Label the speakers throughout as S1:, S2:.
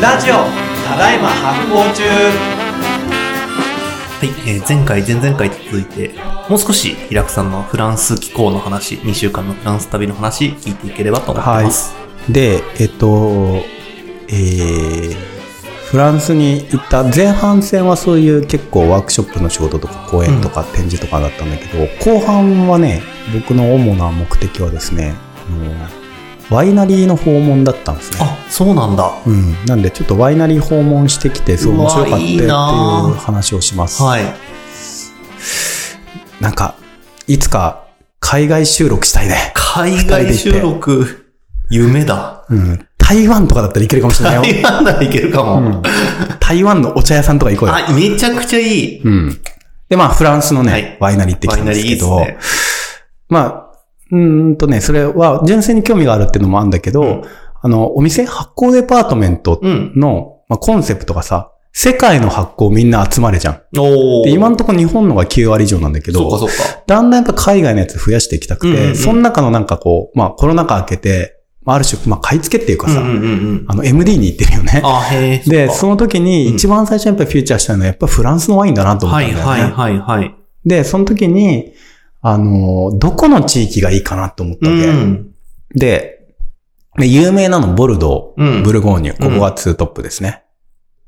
S1: ラジオただいま発行中
S2: はい、えー前回、前々回と続いて、もう少し、平久さんのフランス気候の話、2週間のフランス旅の話、聞いていければと思ってます。
S3: で、えっと、えー、フランスに行った前半戦はそういう結構ワークショップの仕事とか講演とか展示とかだったんだけど、後半はね、僕の主な目的はですね、あのワイナリーの訪問だったんですね。
S2: あ、そうなんだ。
S3: うん、なんでちょっとワイナリー訪問してきてそう
S2: うわ
S3: 面白かったっていう
S2: いいなあ
S3: 話をします
S2: はい。
S3: なんかいつか海外収録したいね、
S2: 海外収録、夢だ。
S3: うん、台湾とかだったらいけるかもしれないよ
S2: 台湾ならいけるかも。
S3: 台湾のお茶屋さんとか行こうよ、
S2: あ、めちゃくちゃいい。
S3: うん、でまあフランスのね、
S2: はい
S3: ワイナリーってき
S2: ワ
S3: た
S2: イ
S3: ん
S2: ナ
S3: で
S2: リ
S3: す
S2: ーいい
S3: け
S2: ですね。
S3: どまあうーんとねそれは純粋に興味があるっていうのもあるんだけど、
S2: うん
S3: あのお店発酵デパートメント
S2: うん。
S3: の、まあ、コンセプトがさ世界の発酵みんな集まれじゃん
S2: お
S3: で今
S2: の
S3: のところ日本のが9割以上なんだけど
S2: そうかそうか。
S3: だんだんやっぱ海外のやつ増やしていきたく
S2: う
S3: て、
S2: んうんうん
S3: その中のなんかこう、まあコロナ禍明けて、まあある種、まあ買い付けっていうか
S2: うん
S3: さ、
S2: うんうんうん。
S3: あの MD に行ってるよね。
S2: あ、へえ。
S3: で、
S2: っか
S3: その時に
S2: うん
S3: 一番最初にやっぱりフューチャーしたのはやっぱフランスのワインだなと思っ
S2: は
S3: たんだ
S2: い
S3: よね。
S2: はいはいはい。
S3: で、その時に、あの、どこの地域がいいかなと思った
S2: う
S3: わけ。
S2: ん。
S3: で、で有名なのボルドー、
S2: うん
S3: ブルゴーニュ、ここがツートップですね。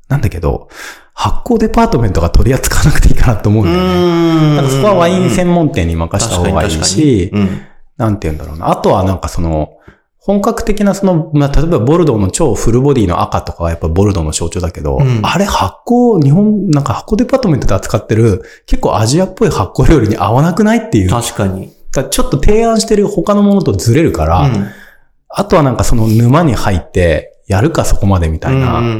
S3: なんだけど、発酵デパートメントが取り扱わなくていいかなと思うん
S2: う
S3: だよね。
S2: ん。
S3: なんかそこはワイン専門店に任した方がいい
S2: 確か
S3: し
S2: に確、かにうん
S3: なんて言うんだろうな。あとはなんかその、本格的なその、まあ、例えばボルドーの超フルボディの赤とかはやっぱボルドーの象徴だけど、
S2: うん
S3: あれ発酵、日本、なんか発酵デパートメントで扱ってる、結構アジアっぽい発酵料理に合わなくないっていう。だか
S2: 確かに。
S3: らちょっと提案してる他のものとずれるから、
S2: うん
S3: あとはなんかその沼に入って、やるかそこまでみたいな、
S2: うんうんうんう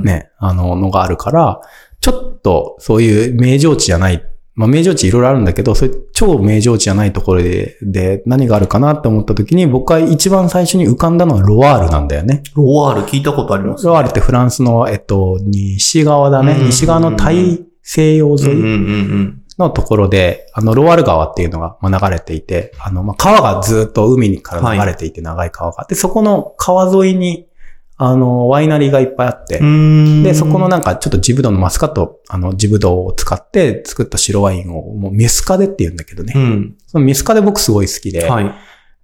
S2: ん、
S3: ね、あの、のがあるから、ちょっとそういう名城地じゃない、まあ名城地いろいろあるんだけど、そういう超名城地じゃないところで、で、何があるかなって思った時に、僕は一番最初に浮かんだのはロワールなんだよね。
S2: ロワール聞いたことあります。
S3: ロワールってフランスの、えっと、西側だ
S2: うん
S3: ね
S2: うんう。ん
S3: 西側の大西洋
S2: うんうん
S3: 沿
S2: う
S3: い
S2: ん
S3: のところで、あの、ロワール川っていうのがまあ流れていて、あの、まあ、川がずっと海から流れていて、長い川が。で、そこの川沿いに、あの、ワイナリーがいっぱいあって、
S2: うん。
S3: で、そこのなんかちょっとジブドウのマスカット、あの、ジブドウを使って作った白ワインを、もうミスカデって言うんだけどね。
S2: うん。
S3: そのミスカデ僕すごい好きで、
S2: はい。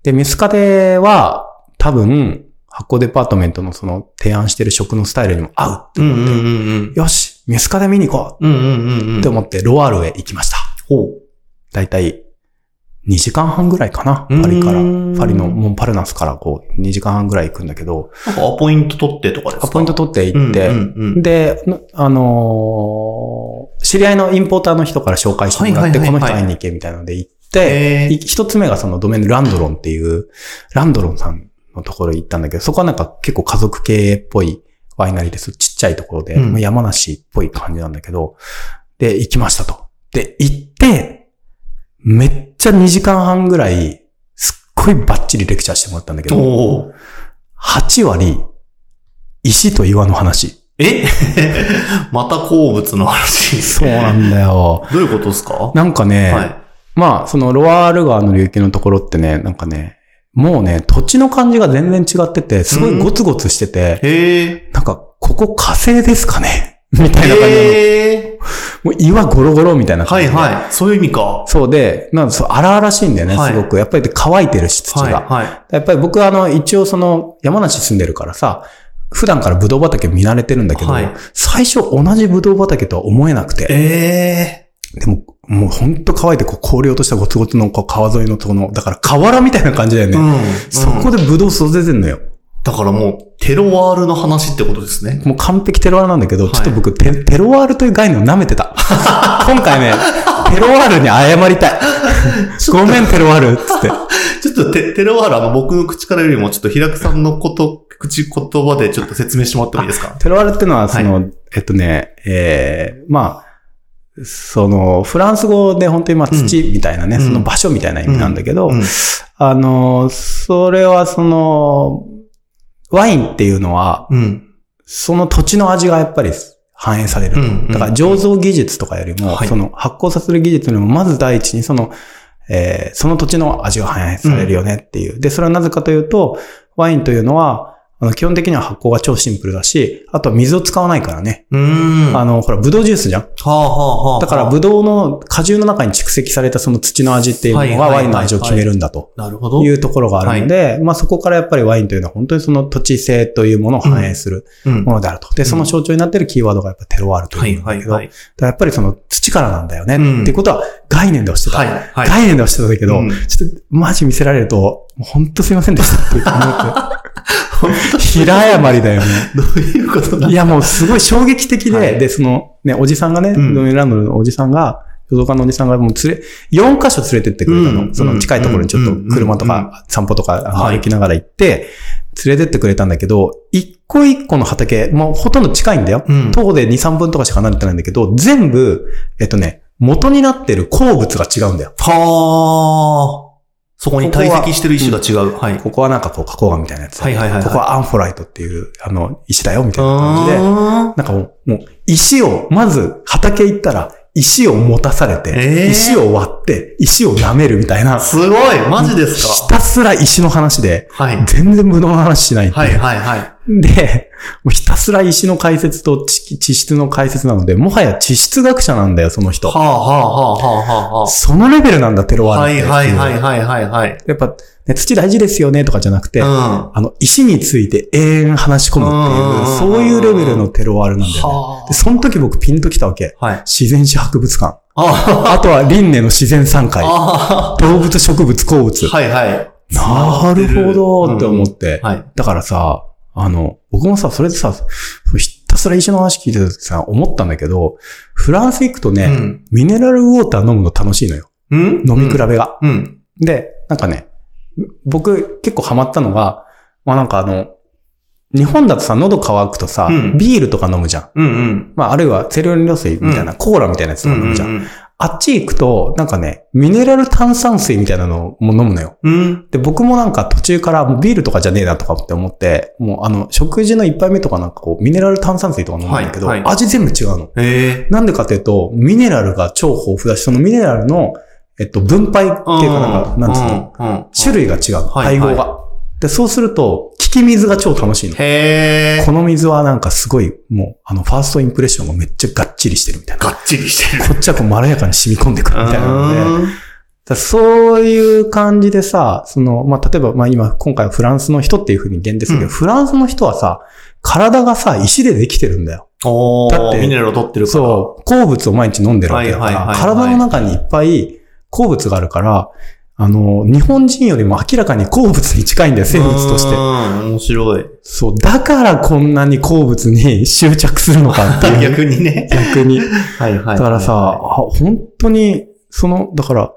S3: で、ミスカデは多分、発酵デパートメントのその提案してる食のスタイルにも合
S2: うんうんうんうん
S3: う。。よし、ミスカデ見に行こ
S2: うんうんうんう。
S3: うんって思ってロワールへ行きました。
S2: ほう。
S3: だいたい2時間半ぐらいかな。
S2: うん
S3: パリから。パリのモンパルナスからこう2時間半ぐらい行くんだけど、
S2: なんかアポイント取ってとかですか
S3: アポイント取って行って、
S2: うんうんうん
S3: で、のあのー知り合いのインポーターの人から紹介してもらって、
S2: はいはいはいはい
S3: この人会いに行けみたいなので行っ
S2: へ
S3: て、
S2: ー
S3: い一つ目がそのドメインのランドロンっていう、ランドロンさんのところに行ったんだけど、そこはなんか結構家族経営っぽいワイナリーです。ちっちゃいところで、
S2: うん
S3: まあ山梨っぽい感じなんだけど、で、行きましたと。で、行って、めっちゃ2時間半ぐらい、すっごいバッチリレクチャーしてもらったんだけど、
S2: おー
S3: 8割、石と岩の話。
S2: え また鉱物の話。
S3: そうなんだよ。
S2: どういうことですか
S3: なんかね、
S2: はい。
S3: まあ、そのロワール川の流域のところってね、なんかね、もうね、土地の感じが全然違ってて、すごいゴツゴツしてて、
S2: へえ。
S3: なんか、ここ火星ですかね みたいな感じなの
S2: へえ。
S3: もう岩ゴロゴロみたいな感
S2: は
S3: じ
S2: い
S3: で。
S2: はい。そういう意味か。
S3: そうで、なんかそう荒々しいんだよね、
S2: はい
S3: すごく。やっぱり乾いてるし、土が。
S2: はいは
S3: やっぱり僕はあの、一応その、山梨住んでるからさ、普段からブドウ畑見慣れてるんだけど、
S2: はい
S3: 最初同じブドウ畑とは思えなくて
S2: い。。ええ。
S3: でも、もうほんと乾いて、こう、氷落としたゴツゴツのこう川沿いのとこの、だから河原みたいな感じだよね。
S2: うん。
S3: そこ
S2: うん
S3: でブドウ育ててんのよ。
S2: だからもう、テロワールの話ってことですね。
S3: もう完璧テロワールなんだけど、
S2: はい
S3: ちょっと僕テ、テロワールという概念を舐めて た。今回ね、テロワールに謝りた い。ごめん、テロワールっつって。
S2: ちょっとテテロワール、あの、僕の口からよりも、ちょっと平久さんのこと、口言葉でちょっと説明してもらってもいいですか
S3: テロワールってのは、その、えっとね、えー、まあ、その、フランス語で本当にまあ土みたいなね、
S2: うん
S3: その場所みたいな意味なんだけど、
S2: うん
S3: あの、それはその、ワインっていうのは、
S2: うん。
S3: その土地の味がやっぱり反映されると。
S2: うんうん
S3: だから醸造技術とかよりも、
S2: はい
S3: その発酵させる技術よりも、まず第一にその、えーその土地の味が反映されるよねっていう。で、それはなぜかというと、ワインというのは、あの、基本的には発酵が超シンプルだし、あとは水を使わないからね。
S2: うーん。
S3: あ
S2: は
S3: の、ほら、ブドウジュースじゃん
S2: あ、はあはあ。
S3: だから、ブドウの果汁の中に蓄積されたその土の味っていうの
S2: は
S3: が
S2: いはいはい
S3: ワインの味を決めるんだと
S2: なるほど。
S3: いうところがあるので、まあそこからやっぱりワインというのは本当にその土地性というものを反映する
S2: うん。
S3: ものであると。で、その象徴になっているキーワードがやっぱテロワールと
S2: は
S3: いう
S2: い
S3: ものだ
S2: はい
S3: けど、
S2: はい。
S3: だからやっぱりその土からなんだよね、
S2: うん
S3: っていうことは概念ではしてた。
S2: はいはい。
S3: 概念ではしてたんだけど、
S2: うん
S3: ちょっとマジ見せられると、もう本当すいませんでしたっていう感じで 平謝りだよね。
S2: どういうことだ
S3: いや、もうすごい衝撃的で、
S2: はい
S3: で、その、ね、おじさんがね、
S2: うん
S3: ドミランドのおじさんが、書道家のおじさんがもう連れ、4カ所連れてってくれたの。
S2: うん
S3: その近いところにちょっ
S2: う
S3: と
S2: ん
S3: 車と
S2: うん
S3: か散歩とかあの
S2: はい
S3: 歩きながら行って、連れてってくれたんだけど、一個一個の畑、もうほとんど近いんだよ。
S2: うん
S3: 徒歩で2、3分とかしか離れてないんだけど、全部、えっとね、元になってる鉱物が違うんだよ。
S2: はあ。そこに堆積してる石が違う。はい。
S3: ここはなんかこう花崗岩みたいなやつ。
S2: はいはいはいはい
S3: ここはアンフォライトっていう、あの、石だよ、みたいな感じで。
S2: あ
S3: なんかもう、もう石を、まず畑行ったら、石を持たされて、
S2: えー
S3: 石を割って、石を舐めるみたいな
S2: ー。、すごいマジです
S3: ひ
S2: か
S3: たすら石の話で、
S2: はい。
S3: 全然無能の話しないっていう
S2: はいはいはい。
S3: で、もうひたすら石の解説と地地質の解説なので、もはや地質学者なんだよ、その人
S2: は。あはあはあはあは
S3: そのレベルなんだ、テロ
S2: あ。
S3: ワ
S2: は
S3: ールっ
S2: い
S3: て
S2: はいはいはいはいはい。
S3: やっぱ、ね、土大事ですよね、とかじゃなくて、
S2: うん。
S3: あ
S2: は
S3: の、石について永遠話し込むっていう、
S2: うん
S3: そういうレベルのテロワールなんだよね。で、その時僕ピンときたわけ。
S2: あ。はい。
S3: 自然史博物館。
S2: あ
S3: あとは輪廻の自然散
S2: あ。
S3: 会。
S2: あ
S3: 動物、植物、鉱物。
S2: あ。はいはい。
S3: なるほどって思
S2: っ
S3: って。
S2: はい。
S3: だからさ、あの、僕もさ、それでさ、ひたすら石の話聞いててさ、思ったんだけど、フランス行くとね、
S2: うん。
S3: ミネラルウォーター飲むの楽しいのよ。
S2: うん
S3: 飲み比べが。
S2: うん。
S3: で、なんかね、僕結構ハマったのが、まあなんかあの、日本だとさ、喉乾くとさ、
S2: うん
S3: ビールとか飲むじゃん。
S2: うんうん。
S3: まあ、あるいは清涼飲料水みたいな、コーラみたいなやつと
S2: う
S3: か
S2: ん
S3: 飲
S2: う
S3: む
S2: ん
S3: じゃん。あっち行くと、なんかね、ミネラル炭酸水みたいなのも飲むのよ。
S2: うん。うん。
S3: で、僕もなんか途中からもうビールとかじゃねえなとかって思って、もうあの、食事の一杯目とかなんかこう、ミネラル炭酸水とか飲むんだけど、
S2: はいは
S3: 味全部違うの。
S2: ええ。
S3: なんでかっていうと、ミネラルが超豊富だし、そのミネラルの、えっと、分配っていうかなんか、なんつうの、
S2: の
S3: 種。類が違う。
S2: はい
S3: 配合が。で、そうすると、聞き水が超楽しいの。
S2: へえ。
S3: この水はなんかすごい、もう、あの、ファーストインプレッションがめっちゃがっちりしてるみたいな。
S2: がっちりしてる。
S3: こっちはこうまろやかに染み込んでくるみたいなので、
S2: うん
S3: だそういう感じでさ、その、まあ、例えば、まあ、今、今回はフランスの人っていう風に限定するけど、
S2: うん
S3: フランスの人はさ、体がさ、石でできてるんだよ。
S2: お
S3: だっ
S2: ー、
S3: て
S2: ミネラルを取ってるから。
S3: そう、鉱物を毎日飲んでるわけだか
S2: はいはい
S3: ら、
S2: はいはい
S3: 体の中にいっぱい鉱物があるから、あの、日本人よりも明らかに鉱物に近いんだよ、生物として
S2: う。ーん面白い。
S3: そう、だからこんなに鉱物に執着するのかっていう。
S2: 逆にね。
S3: 逆に。
S2: はいはいはい。
S3: だからさ、あ本当に、その、だから、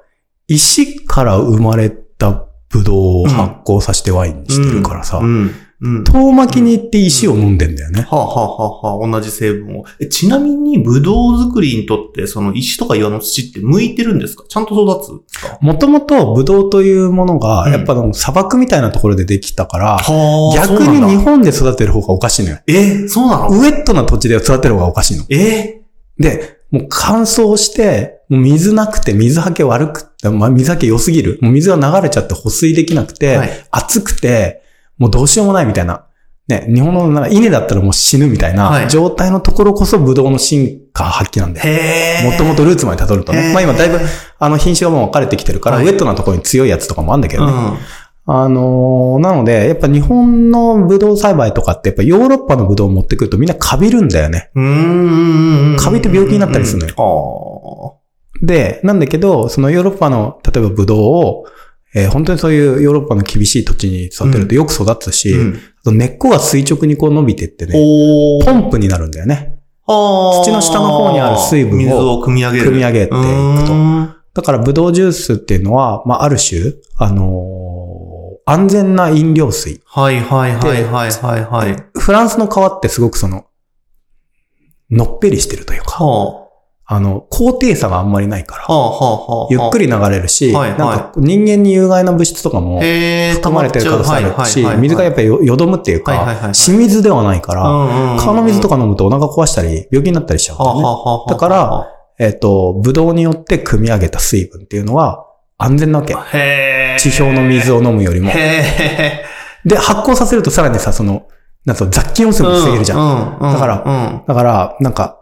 S3: 石から生まれたブドウを発酵させてワインにしてるからさ、
S2: うん。うん。は
S3: 遠巻きに行って石を飲んでんだよね。
S2: あ、はあはあはあ、同じ成分を。えちなみに、ブドウ作りにとって、その石とか岩の土って向いてるんですかちゃんと育つんですか
S3: もともとブドウというものが、
S2: うん
S3: やっぱあの砂漠みたいなところでできたから、
S2: は
S3: 逆に日本で育てる方がおかしいのよ。
S2: え、そうなの
S3: ウエットな土地で育てる方がおかしいの。
S2: え
S3: で、もう乾燥して、もう水なくて、水はけ悪くて、まあ、水はけ良すぎる。もう水が流れちゃって保水できなくて、
S2: はい
S3: 暑くて、もうどうしようもないみたいな。ね、日本のなんか稲だったらもう死ぬみたい
S2: は
S3: ない状態のところこそブドウの進化発揮なんだよ。
S2: へ
S3: もともとルーツまで辿ると
S2: へ
S3: ね。
S2: ー
S3: まあ今だいぶあの品種がもう分かれてきてるから、
S2: はい
S3: ウエットなところに強いやつとかもあるんだけ
S2: う
S3: どね。
S2: ん。
S3: あのーなので、やっぱ日本のブドウ栽培とかってやっぱヨーロッパのブドウを持ってくるとみんなカビるんだよね。
S2: うーん。
S3: カビって病気になったりするの
S2: よ。
S3: で、なんだけど、そのヨーロッパの、例えばブドウを、えー本当にそういうヨーロッパの厳しい土地に育てるとよく育つし、
S2: あーうん。
S3: あと根っこが垂直にこう伸びてってね、
S2: おー
S3: ポンプになるんだよね。
S2: 土
S3: 土の下の方にある水分を
S2: 水を汲み上げる。
S3: 汲み上げていくと
S2: うーん
S3: だからブドウジュースっていうのは、まあ、ある種、あのー安全な飲料水。
S2: はいはいはいはいはいはい。
S3: フランスの川ってすごくその、のっぺりしてるというか、
S2: は
S3: あの、高低差があんまりないか
S2: あ、はあ
S3: ら、
S2: はあはあ。
S3: ゆっくり流れるし、
S2: はいはい
S3: なんか人間に有害な物質とかも、
S2: へー
S3: 含まれてる可能性あるし、水がやっ
S2: ぱ
S3: ぱりよよどむっていう
S2: はいはいはいは
S3: か、
S2: い
S3: 死水ではないか
S2: り
S3: ら、川の水とか飲むとお腹壊したり、病気になったりしちゃうんだ
S2: はあは
S3: よね。
S2: あはあ
S3: だからえっと、ブドウによって汲み上げた水分っていうのは安全なわけ。
S2: へー
S3: 地表の水を飲むよりも。
S2: へー
S3: で、発酵させるとさらにさ、その、なんか雑菌汚染も防げるじゃん。
S2: ん。うん。
S3: だから
S2: うん。
S3: だから、なんか、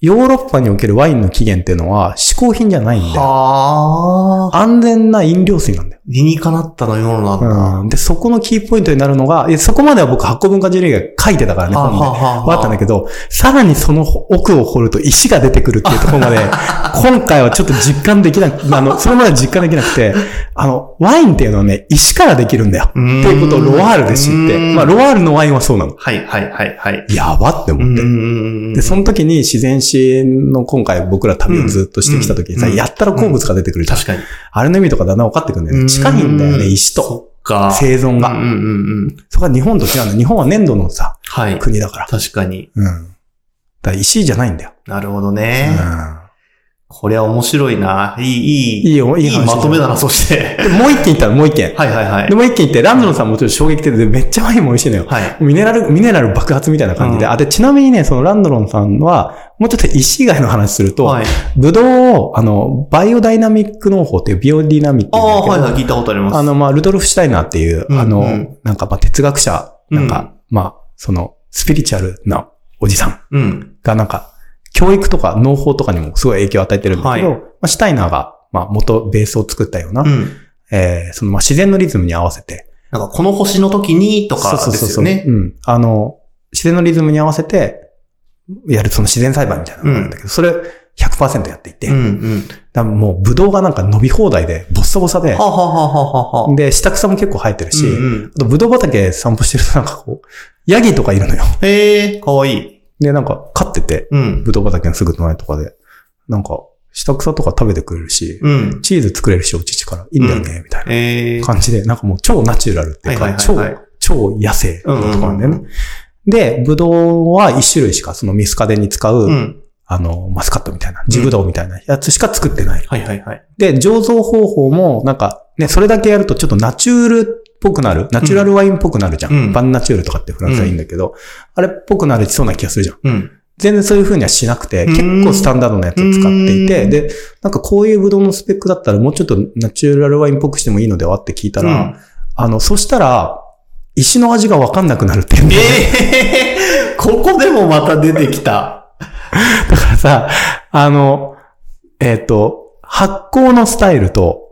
S3: ヨーロッパにおけるワインの起源っていうのは、嗜好品じゃないんだよ。
S2: はあ。
S3: 安全な飲料水なんだよ。
S2: 理にかなったのようなんだ。は
S3: うん。で、そこのキーポイントになるのが、いやそこまでは僕、発酵文化事例が書いてたからね、
S2: あは
S3: 本で。
S2: あは
S3: わかったんだけど、さらにその奥を掘ると石が出てくるっていうところ まで、今回はちょっと実感できなく、あの、それまで実感できなくて、あの、ワインっていうのはね、石からできるんだよ。って
S2: うーん
S3: いうことをロワールで知っ
S2: うー
S3: て、
S2: ん
S3: まあ、ロワールのワインはそうなの。
S2: はいはいはいはい。
S3: やばって
S2: う
S3: 思って。
S2: ん
S3: で、その時に自然史の今回僕ら旅をずっとしてきた時にさ、
S2: うんうん
S3: やったら鉱物が出てくるじゃん。
S2: 確かに。
S3: あれの意味とかだんだん分かってくるんだよね。近いんだよ
S2: う
S3: ね、石と。
S2: そっか。
S3: 生存
S2: うん
S3: が。
S2: うんうんうん。
S3: そこは日本と違うんだ。日本は粘土のさ、
S2: はい。
S3: 国だから。
S2: 確かに。
S3: うん。だから石じゃないんだよ。
S2: なるほど
S3: う
S2: ね。
S3: ん。
S2: これは面白いな。いい、いい。
S3: いいよ、い
S2: い
S3: い
S2: い
S3: 話。
S2: まとめだな、そして。
S3: でもう一軒行ったの、もう一軒。
S2: はいはいはい
S3: で、。もう一軒行って、ラムゾンさんもちょっと衝撃的で、めっちゃワインも美味しいのよ。
S2: はい。
S3: ミネラル、ミネラル爆発みたいな感じで。
S2: うん
S3: あ、で、ちなみにね、そのランドロンさんは、もうちょっと石以外の話すると、
S2: はい。
S3: ブドウを、あの、バイオダイナミック農法っていうビオディナミック
S2: ああ、はい
S3: あ
S2: はい、聞いたことあります。
S3: あの、まあ、ルドルフ・シュタイナーっていう、
S2: うん
S3: あの、
S2: うん
S3: なんか、まあ、哲学者、なんか、
S2: う
S3: まあ、その、スピリチュアルなおじさん
S2: うん。
S3: が、なんか、教育とか農法とかにもすごい影響を与えてるんだけど、
S2: はい
S3: まあ、シュタイナーが、まあ、元ベースを作ったような、
S2: うん。
S3: えーその、まあ、自然のリズムに合わせて、
S2: なんか、この星の時にとか
S3: そう
S2: で
S3: そう
S2: す
S3: そ
S2: よ
S3: う。
S2: ね。
S3: うん。あの、自然のリズムに合わせて、やるその自然栽培みたいなのがあるんだけど、それ100%やっていて、
S2: うんうん。
S3: だからもうブドウがなんか伸び放題で、ボッサボサで
S2: はあ、はあはあはあはあ。
S3: で、下草も結構生えてるし、
S2: うんうん
S3: あとブドウ畑散歩してるとなんかこう、ヤギとかいるのよ。
S2: へえ、かわいい。
S3: で、なんか飼ってて、
S2: うん。
S3: ブドウ畑のすぐ隣とかで、なんか、下草とか食べてくれるし、
S2: うん。
S3: チーズ作れるし、お乳から、いいんだよね、みたいな
S2: ええ。
S3: 感じで、なんかもう超ナチュラルってい
S2: は
S3: うか、
S2: いはいはいはい
S3: 超、超野生
S2: うんうん
S3: の
S2: うん
S3: ところなんだよね。で、ブドウは一種類しか、そのミスカデに使う、
S2: うん。
S3: あの、マスカットみたいな、ジブドウみたいなやつしか作ってない。
S2: はいはいはい。
S3: で、醸造方法も、なんか、ね、それだけやるとちょっとナチュールっぽくなる。ナチュラルワインっぽくなるじゃん。
S2: うん
S3: バンナチュールとかってフランスはいいんだけど、あれっぽくなりそうな気がするじゃん。
S2: うん。
S3: 全然そういう風にはしなくて、
S2: うん
S3: 結構スタンダードなやつを使っていて、
S2: うん
S3: で、なんかこういうブドウのスペックだったらもうちょっとナチュラルワインっぽくしてもいいのではって聞いたら、あの、そしたら、石の味がわかんなくなるっていう
S2: え
S3: ね。
S2: え、 ここでもまた出てきた。
S3: だからさ、 あの、えっ、と、発酵のスタイルと、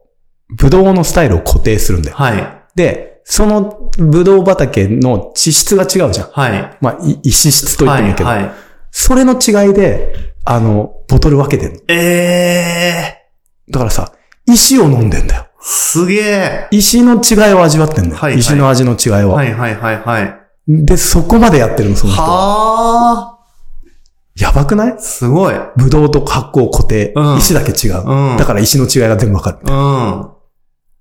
S3: ブドウのスタイルを固定するんだよ。
S2: はい。
S3: で、そのブドウ畑の地質が違うじゃん。
S2: はい。
S3: まあ、い石質と言っ
S2: は
S3: てもいい
S2: い
S3: けど、
S2: はい。
S3: それの違いで、あの、ボトル分けてるの。
S2: ええ、
S3: だからさ、石を飲んでんだよ。
S2: すげえ。
S3: 石の違いを味わってんだよ。
S2: はいはい
S3: 石の味の違いは、
S2: はいはいはいはい。
S3: で、そこまでやってるの、その人は。
S2: はあ、
S3: やばくない
S2: すごい。
S3: ブドウと発酵固定、
S2: うん
S3: 石だけ違う。
S2: うん
S3: だから石の違いが全部わかる。
S2: うん。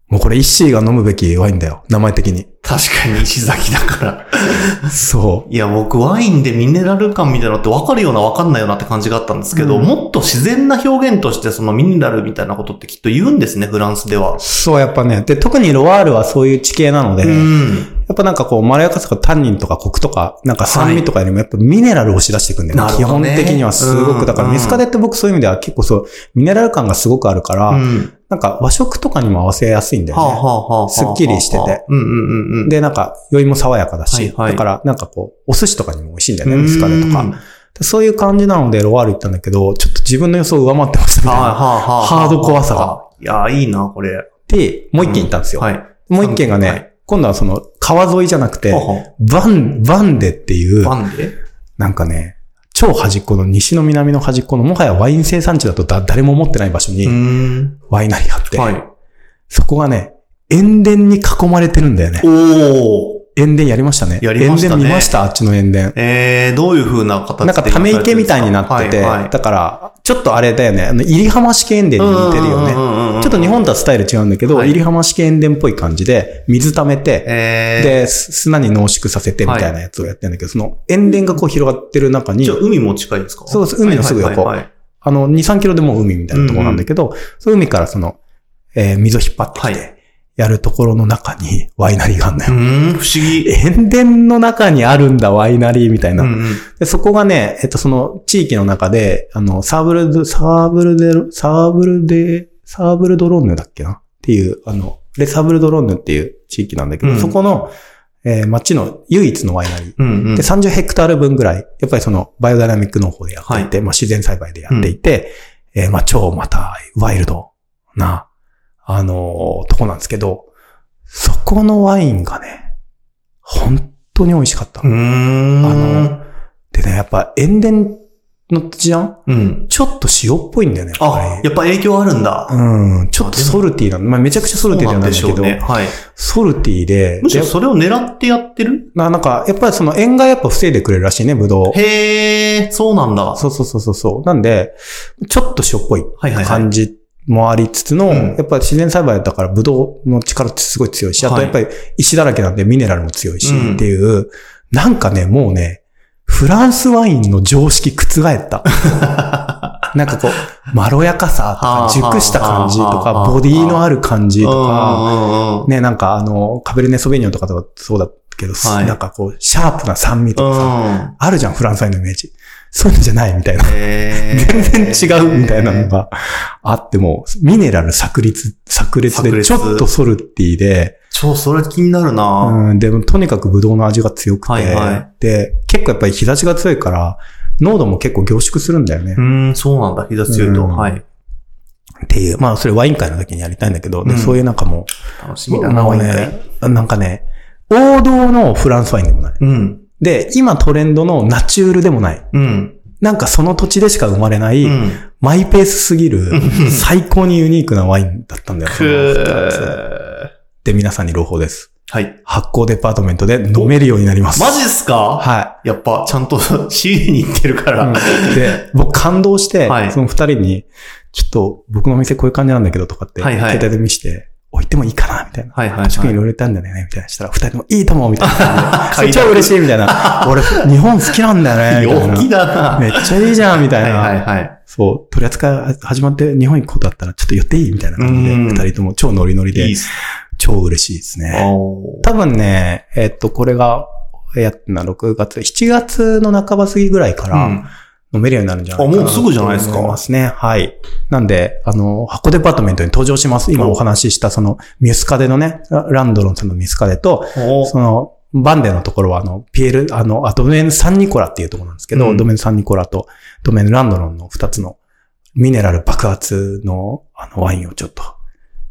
S3: もうこれ石が飲むべきワインだよ。名前的に。
S2: 確かに石崎だから。
S3: そ
S2: いや、僕ワインでミネラル感みたいなのって分かるような分かんないようなって感じがあったんですけど、
S3: うん
S2: もっと自然な表現としてそのミネラルみたいなことってきっと言うんですね、フランスでは
S3: う。。そう、やっぱね。で、特にロワールはそういう地形なので、
S2: う
S3: や
S2: ん。
S3: っぱなんかこう、まろやかさとかタンニンとかコクとか、なんか酸味とかよりもやっぱミネラルを押し出していくんだよ、
S2: な
S3: ね、
S2: る
S3: 基
S2: ほど
S3: 本
S2: ね
S3: 的にはすご
S2: う
S3: く。
S2: ん
S3: だから
S2: うん
S3: ミスカデって僕そういう意味では結構そう、ミネラル感がすごくあるから、
S2: うん。
S3: なんか和食とかにも合わせやすいんだ
S2: はあ、は
S3: よね。
S2: あはあはあ。
S3: すっきりしてて。
S2: うんうんうんうん。
S3: で、なんか、酔いも爽やかだし、
S2: はいはい
S3: だから、なんかこう、お寿司とかにも美味しいんだよ
S2: う
S3: ね、
S2: ん、
S3: ミスカデと
S2: は
S3: か。そういう感じなので、ロワール行ったんだけど、ちょっと自分の予想を上回ってましたみ
S2: あ
S3: たい
S2: は
S3: な。
S2: あはあ。
S3: ハードコアさが。
S2: いや、いいな、これ。
S3: で、もう一軒行ったんですよ。
S2: はい。
S3: もう一軒がね、
S2: はい
S3: 今度はその、川沿いじゃなくて
S2: ほう、ほう
S3: バン、バンデっていう、
S2: バンで
S3: なんかね、超端っこの西の南の端っこの、もはやワイン生産地だとだ誰も思ってない場所
S2: う
S3: に
S2: ん。
S3: ワイナリーがあって、
S2: はい。
S3: そこがね、塩田に囲まれてるんだよね。
S2: おー。
S3: 塩田やりましたね。
S2: やりましたね
S3: 塩田見ましたあっちの塩田。
S2: えー、どういう風な形で
S3: なんかため池みたいになってて、
S2: はいはい
S3: だから、ちょっとあれだよね、あの、入浜式塩田に似てるよね。
S2: ね
S3: ちょっと日本とはスタイル違うんだけど、
S2: はい
S3: 入浜式塩田っぽい感じで、水溜めて、
S2: え
S3: で、す砂に濃縮させてみたいなやつをやってんだけど、その塩田がこう広がってる中
S2: ー、
S3: に
S2: じゃ、あ海も近いんですか
S3: そうです海のすぐ横
S2: はいはいはい
S3: あの、2、3キロでもう海みたいなところなんだけど、その海からその、えー水を引っ張ってき
S2: はい
S3: て、やるところの中にワイナリーがあるんだ
S2: う
S3: よ。
S2: ーん、不思議。
S3: 塩田の中にあるんだ、ワイナリーみたいな。
S2: うんうん
S3: でそこがね、えっと、その地域の中で、あの、サーブルド、サーブルデロ、サーブルデ、サーブルドロンヌだっけなっていう、あの、レサーブルドロンヌっていう地域なんだけど、
S2: うん
S3: そこの、えー町の唯一のワイナリー。
S2: うんうん。
S3: で、30ヘクタール分ぐらい、やっぱりその、バイオダイナミック農法でやっていて、まあ自然栽培でやっていて、えーまあ超また、ワイルドな、あのーとこなんですけど、そこのワインがね、本当に美味しかった。
S2: うーん。
S3: あの、でね、やっぱ塩田の土じゃん
S2: うん。
S3: ちょっと塩っぽいんだよね、やっぱ
S2: あ、
S3: り。
S2: やっぱ影響あるんだ。
S3: うん、ちょっとソルティーなの。まあ、めちゃくちゃソルティーではないんだ
S2: そ
S3: け
S2: う
S3: ど、
S2: なんでしょうね。はい。
S3: ソルティーで、
S2: むしろ
S3: で
S2: それを狙ってやってる
S3: ななんか、やっぱりその塩害やっぱ防いでくれるらしいね、ブドウ。
S2: へえ、そうなんだ。
S3: そうそうそうそうそう。なんで、ちょっと塩っぽい
S2: はいはいはい
S3: 感じもありつつの、
S2: うん
S3: やっぱ自然栽培だからブドウの力ってすごい強いし、あ
S2: は
S3: と
S2: い
S3: やっぱり石だらけなんでミネラルも強いし
S2: うん
S3: っていう、なんかね、もうね、フランスワインの常識覆 った。なんかこう、まろやかさ
S2: はあ
S3: とか、熟した感じと
S2: はあはあ
S3: か、
S2: はあ
S3: ボディのある感じとか、
S2: うんうんうん。
S3: ね、なんかあの、カベルネソベニオンとかとそうだけど、
S2: はい
S3: なんかこう、シャープな酸味とかさ、
S2: うん。
S3: あるじゃん、フランスワインのイメージ。そういうんじゃないみたいな。
S2: へー
S3: 全然違うみたいなの。があっても、ミネラル炸裂、炸裂
S2: 炸
S3: で、
S2: 裂
S3: ちょっとソルティで、
S2: 超、それ気になるな
S3: うん、でもとにかくブドウの味が強くて、
S2: はいは
S3: で、結構やっぱり日差しが強いから、濃度も結構凝縮するんだよね。
S2: うーん、そうなんだ。日差し強いと。
S3: うん
S2: はい。
S3: っていう、まあそれワイン会の時にやりたいんだけど、で
S2: うん
S3: そういうなんかも
S2: 楽し
S3: う、
S2: みだな、
S3: もう
S2: ワイン会。
S3: ね、なんかね、王道のフランスワインでもない。
S2: うん。
S3: で、今トレンドのナチュールでもない。
S2: うん。
S3: なんかその土地でしか生まれない、
S2: うん。
S3: マイペースすぎる、最高にユニークなワインだったんだよ。
S2: く
S3: その二つ
S2: ー。
S3: で、皆さんに朗報です。
S2: はい。
S3: 発酵デパートメントで飲めるようになります。
S2: マジっすか
S3: は
S2: やっぱ、ちゃんと 仕入れに行ってるか
S3: い。
S2: ら。
S3: で、僕感動して、
S2: はい
S3: その二人に、ちょっと僕のお店こういう感じなんだけどとかって、
S2: はいはい
S3: 携帯で見して、置いてもいいかなみたいな。
S2: はいはいはい。。
S3: 職員いろいろ言ったんだよね、みたいな。したら、二人ともいいと思う、みたいな それ超嬉しい、みたい な。俺、日本好きなんだよね、みたい
S2: 陽気
S3: な。
S2: だな。
S3: めっちゃいいじゃん、みたい
S2: はい
S3: な。
S2: はいはい。
S3: そう、取り扱い始まって日本行くことあったらちょっと寄っていいみたいな感じで、
S2: うん
S3: 二人とも超ノリノリで
S2: いいっ、す
S3: 超嬉しいです
S2: ね。
S3: ね。
S2: おー
S3: 多分ね、えっと、これが、やったな、6月、7月の半ば過ぎぐらいか
S2: うん
S3: ら飲めるようになるんじゃないかな、
S2: あもうすぐじゃないですか
S3: と思いますね。はい。なんで、あの、箱デパートメントに登場します。今お話ししたそのミュスカデのね、ランドロンさんのミュスカデと、
S2: おー
S3: その、バンデのところは、あの、ピエール、あの、あドメンサンニコラっていうところなんですけど、
S2: うん
S3: ドメンサンニコラとドメンランドロンの二つのミネラル爆発のあのワインをちょっと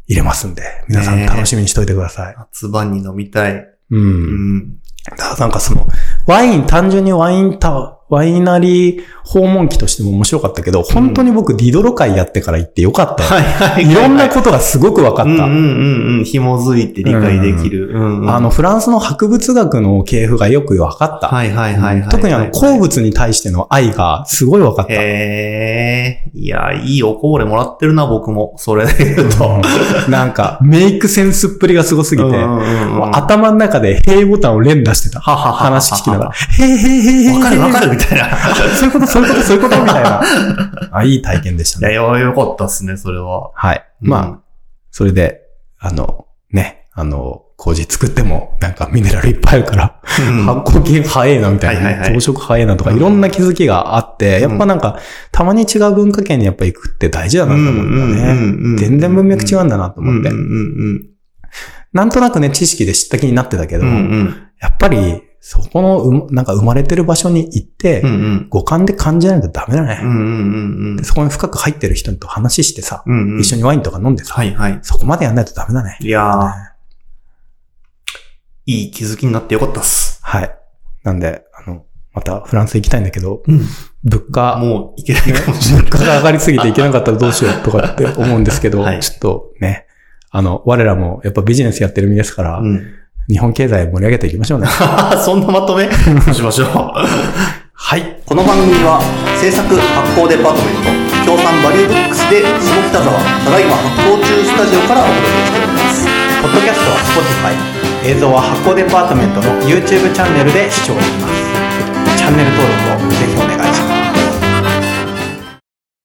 S3: 入れますんで、皆さん
S2: ねえ
S3: 楽しみにしといてください。
S2: 夏場に飲みたい。
S3: う。
S2: うんん。
S3: だからなんかその、ワイン、単純にワインタワイナリー訪問記としても面白かったけど、本当に僕ディドロ会やってから行ってよかったよ。
S2: はいはい。
S3: いろんなことがすごく分
S2: と
S3: かっ
S2: うんう
S3: た。
S2: んうんうん。紐づいて理解できる。うんうん
S3: あの、、フランスの博物学の系譜がよく分かった。
S2: はいはいはいはい。
S3: 特にあの、鉱。物に対しての愛がすごい分かった。
S2: へえ。いや、いいおこぼれもらってるな、僕も。それで言うと。
S3: なんか、メイクセンスっぷりがすごすぎて、
S2: うんうんうん
S3: 頭の中で、へいボタンを連打してた。
S2: はははは
S3: 話聞きながら、へいへいへいへい。
S2: わかるわか
S3: る。
S2: るみたいな。
S3: そういうこと、そういうこと、そういうこと、みたいな。あ、いい体験でした
S2: いや、
S3: ね。
S2: よ、よかったっすね、それは。
S3: はい。
S2: うん
S3: まあ、それで、あの、ね、あの、麹作っても、なんかミネラルいっぱいあるから、
S2: うん
S3: 発酵系早いなみたい
S2: は
S3: な、
S2: いはいはい
S3: 増殖早いなとか、
S2: うん
S3: いろんな気づきがあって、やっぱなんか、たまに違う文化圏にやっぱ行くって大事だなと思うんだ
S2: う
S3: よ
S2: んうんうんうん
S3: ね。全然文脈違うんだなと思って
S2: うん。うん
S3: なんとなくね、知識で知った気になってたけ
S2: うん。う
S3: ど、
S2: んうん。
S3: やっぱり、そこのうま、なんか生まれてる場所に行って、
S2: うんうん。
S3: 五感で感じないとダメだ
S2: う
S3: ね、
S2: んうんうんうん
S3: で。そこに深く入ってる人と話してさ、
S2: うんうん。
S3: 一緒にワインとか飲んでさ、
S2: はいはい。
S3: そこまでやんないとダメだね。
S2: いやー、いい気づきになってよかったっす。
S3: はい。なんで、あの、またフランス行きたいんだけど、
S2: うん。
S3: 物価、
S2: もういけないかもしれない
S3: 物。価が上がりすぎていけなかったらどうしようとかって思うんですけ ど、
S2: はい
S3: ちょっとね、あの、我らもやっぱビジネスやってる身ですから、
S2: うん。
S3: 日本経済盛り上げていきましょうね。
S2: そんなまとめそうしましょう。
S3: はい。
S1: この番組は制作発行デパートメント協賛バリューブックスで下北沢ただいま発行中スタジオからお届けしておりますポッドキャストは Spotify 映像は発行デパートメントの YouTube チャンネルで視聴できますチャンネル登録をぜひお願いします